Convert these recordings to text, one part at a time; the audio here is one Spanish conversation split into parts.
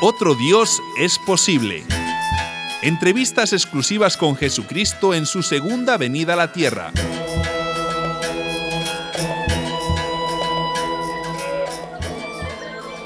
Otro Dios es posible. Entrevistas exclusivas con Jesucristo en su segunda venida a la tierra.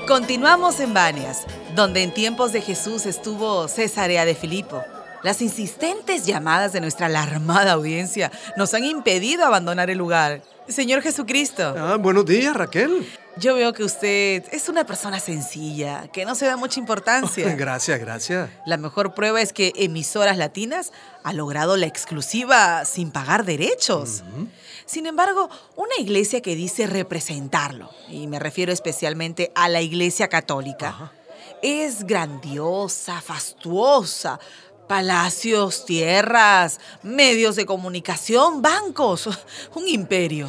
Continuamos en Banias, donde en tiempos de Jesús estuvo Cesarea de Filipo. Las insistentes llamadas de nuestra alarmada audiencia nos han impedido abandonar el lugar. Señor Jesucristo, Ah, buenos días, Raquel. yo veo que usted es una persona sencilla, que no se da mucha importancia. Gracias, gracias. La mejor prueba es que Emisoras Latinas ha logrado la exclusiva sin pagar derechos. Sin embargo, una iglesia que dice representarlo, y me refiero especialmente a la iglesia católica, es grandiosa, fastuosa. Palacios, tierras, medios de comunicación, bancos, un imperio.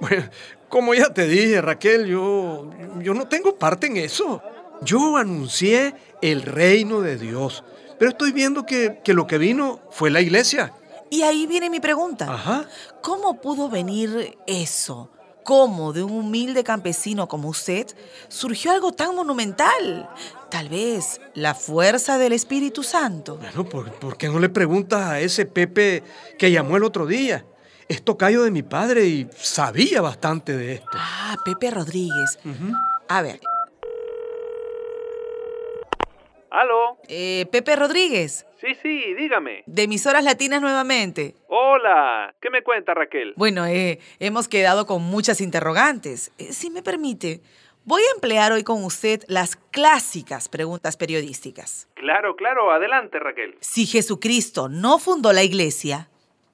Bueno, como ya te dije, Raquel, yo, yo no tengo parte en eso. Yo anuncié el reino de Dios, pero estoy viendo que, que lo que vino fue la iglesia. Y ahí viene mi pregunta. Ajá. ¿Cómo pudo venir eso? ¿Cómo de un humilde campesino como usted surgió algo tan monumental? Tal vez la fuerza del Espíritu Santo. Bueno, ¿por, por qué no le preguntas a ese Pepe que llamó el otro día? Es tocayo de mi padre y sabía bastante de esto. Ah, Pepe Rodríguez. A ver, ¿Aló? eh, Pepe Rodríguez, Sí, sí, dígame. de emisoras latinas nuevamente. Hola. ¿Qué me cuenta Raquel? Bueno, eh, hemos quedado con muchas interrogantes. Eh, si me permite, voy a emplear hoy con usted las clásicas preguntas periodísticas. Claro, claro, adelante Raquel. Si Jesucristo no fundó la iglesia,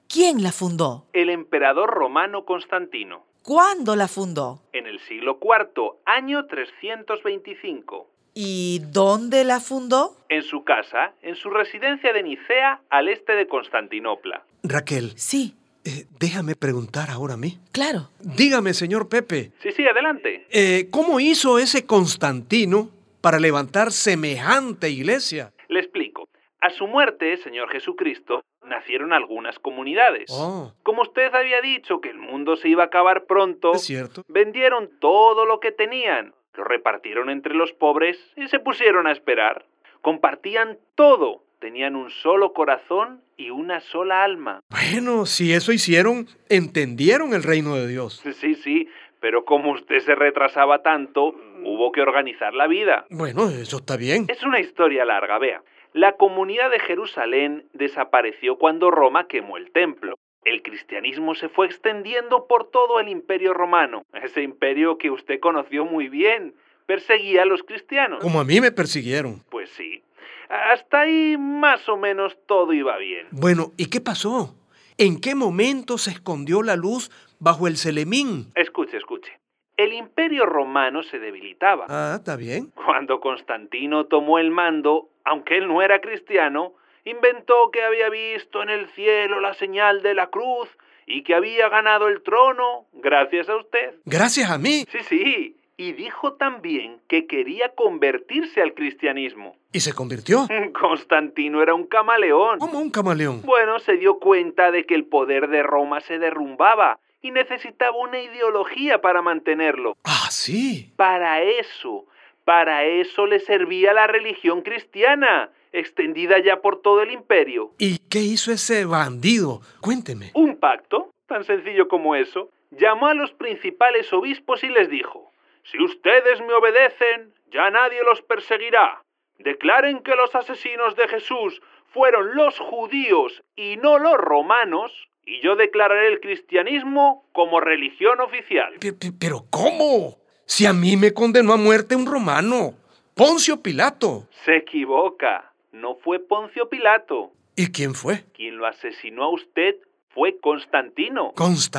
¿quién la fundó? El emperador romano Constantino, ¿Cuándo la fundó? en el siglo IV, año 325, ¿Y dónde la fundó? en su casa, en su residencia de Nicea, al este de Constantinopla. Raquel, Sí, eh, déjame preguntar ahora a mí. claro. Dígame, señor Pepe, Sí, sí, adelante. Eh, ¿Cómo hizo ese Constantino para levantar semejante iglesia? Le explico. A su muerte, Señor Jesucristo, nacieron algunas comunidades. Oh. Como usted había dicho que el mundo se iba a acabar pronto, Es cierto. vendieron todo lo que tenían, lo repartieron entre los pobres y se pusieron a esperar. Compartían todo, tenían un solo corazón y una sola alma. Bueno, si eso hicieron, entendieron el reino de Dios. Sí, sí, pero como usted se retrasaba tanto, hubo que organizar la vida. Bueno, eso está bien. Es una historia larga, vea. La comunidad de Jerusalén desapareció cuando Roma quemó el templo. El cristianismo se fue extendiendo por todo el imperio romano, ese imperio que usted conoció muy bien. Perseguía a los cristianos. Como a mí me persiguieron. Pues sí. Hasta ahí más o menos todo iba bien. Bueno, ¿y qué pasó? ¿En qué momento se escondió la luz bajo el Selemín? Escuche, escuche. El imperio romano se debilitaba. Ah, está bien. Cuando Constantino tomó el mando, aunque él no era cristiano, inventó que había visto en el cielo la señal de la cruz y que había ganado el trono gracias a usted. Gracias a mí. Sí, sí. Y dijo también que quería convertirse al cristianismo. Y se convirtió. Constantino era un camaleón. Como un camaleón. Bueno, se dio cuenta de que el poder de Roma se derrumbaba y necesitaba una ideología para mantenerlo. Ah, sí. Para eso, para eso le servía la religión cristiana, extendida ya por todo el imperio. ¿Y qué hizo ese bandido? Cuénteme. Un pacto, tan sencillo como eso, llamó a los principales obispos y les dijo, si ustedes me obedecen, ya nadie los perseguirá. Declaren que los asesinos de Jesús fueron los judíos y no los romanos, y yo declararé el cristianismo como religión oficial. Pe- pe- Pero ¿cómo? Si a mí me condenó a muerte un romano, Poncio Pilato. Se equivoca, no fue Poncio Pilato. ¿Y quién fue? Quien lo asesinó a usted fue Constantino.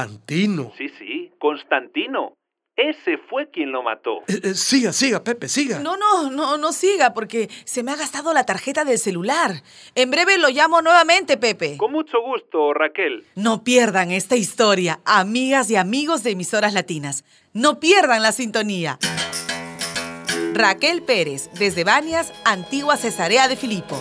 Constantino. Sí, sí, Constantino. Ese fue quien lo mató. Eh, eh, siga, siga, Pepe, siga. No, no, no, no siga porque se me ha gastado la tarjeta del celular. En breve lo llamo nuevamente, Pepe. Con mucho gusto, Raquel. No pierdan esta historia, amigas y amigos de emisoras latinas. No pierdan la sintonía. Raquel Pérez, desde Banias, Antigua Cesarea de Filipo.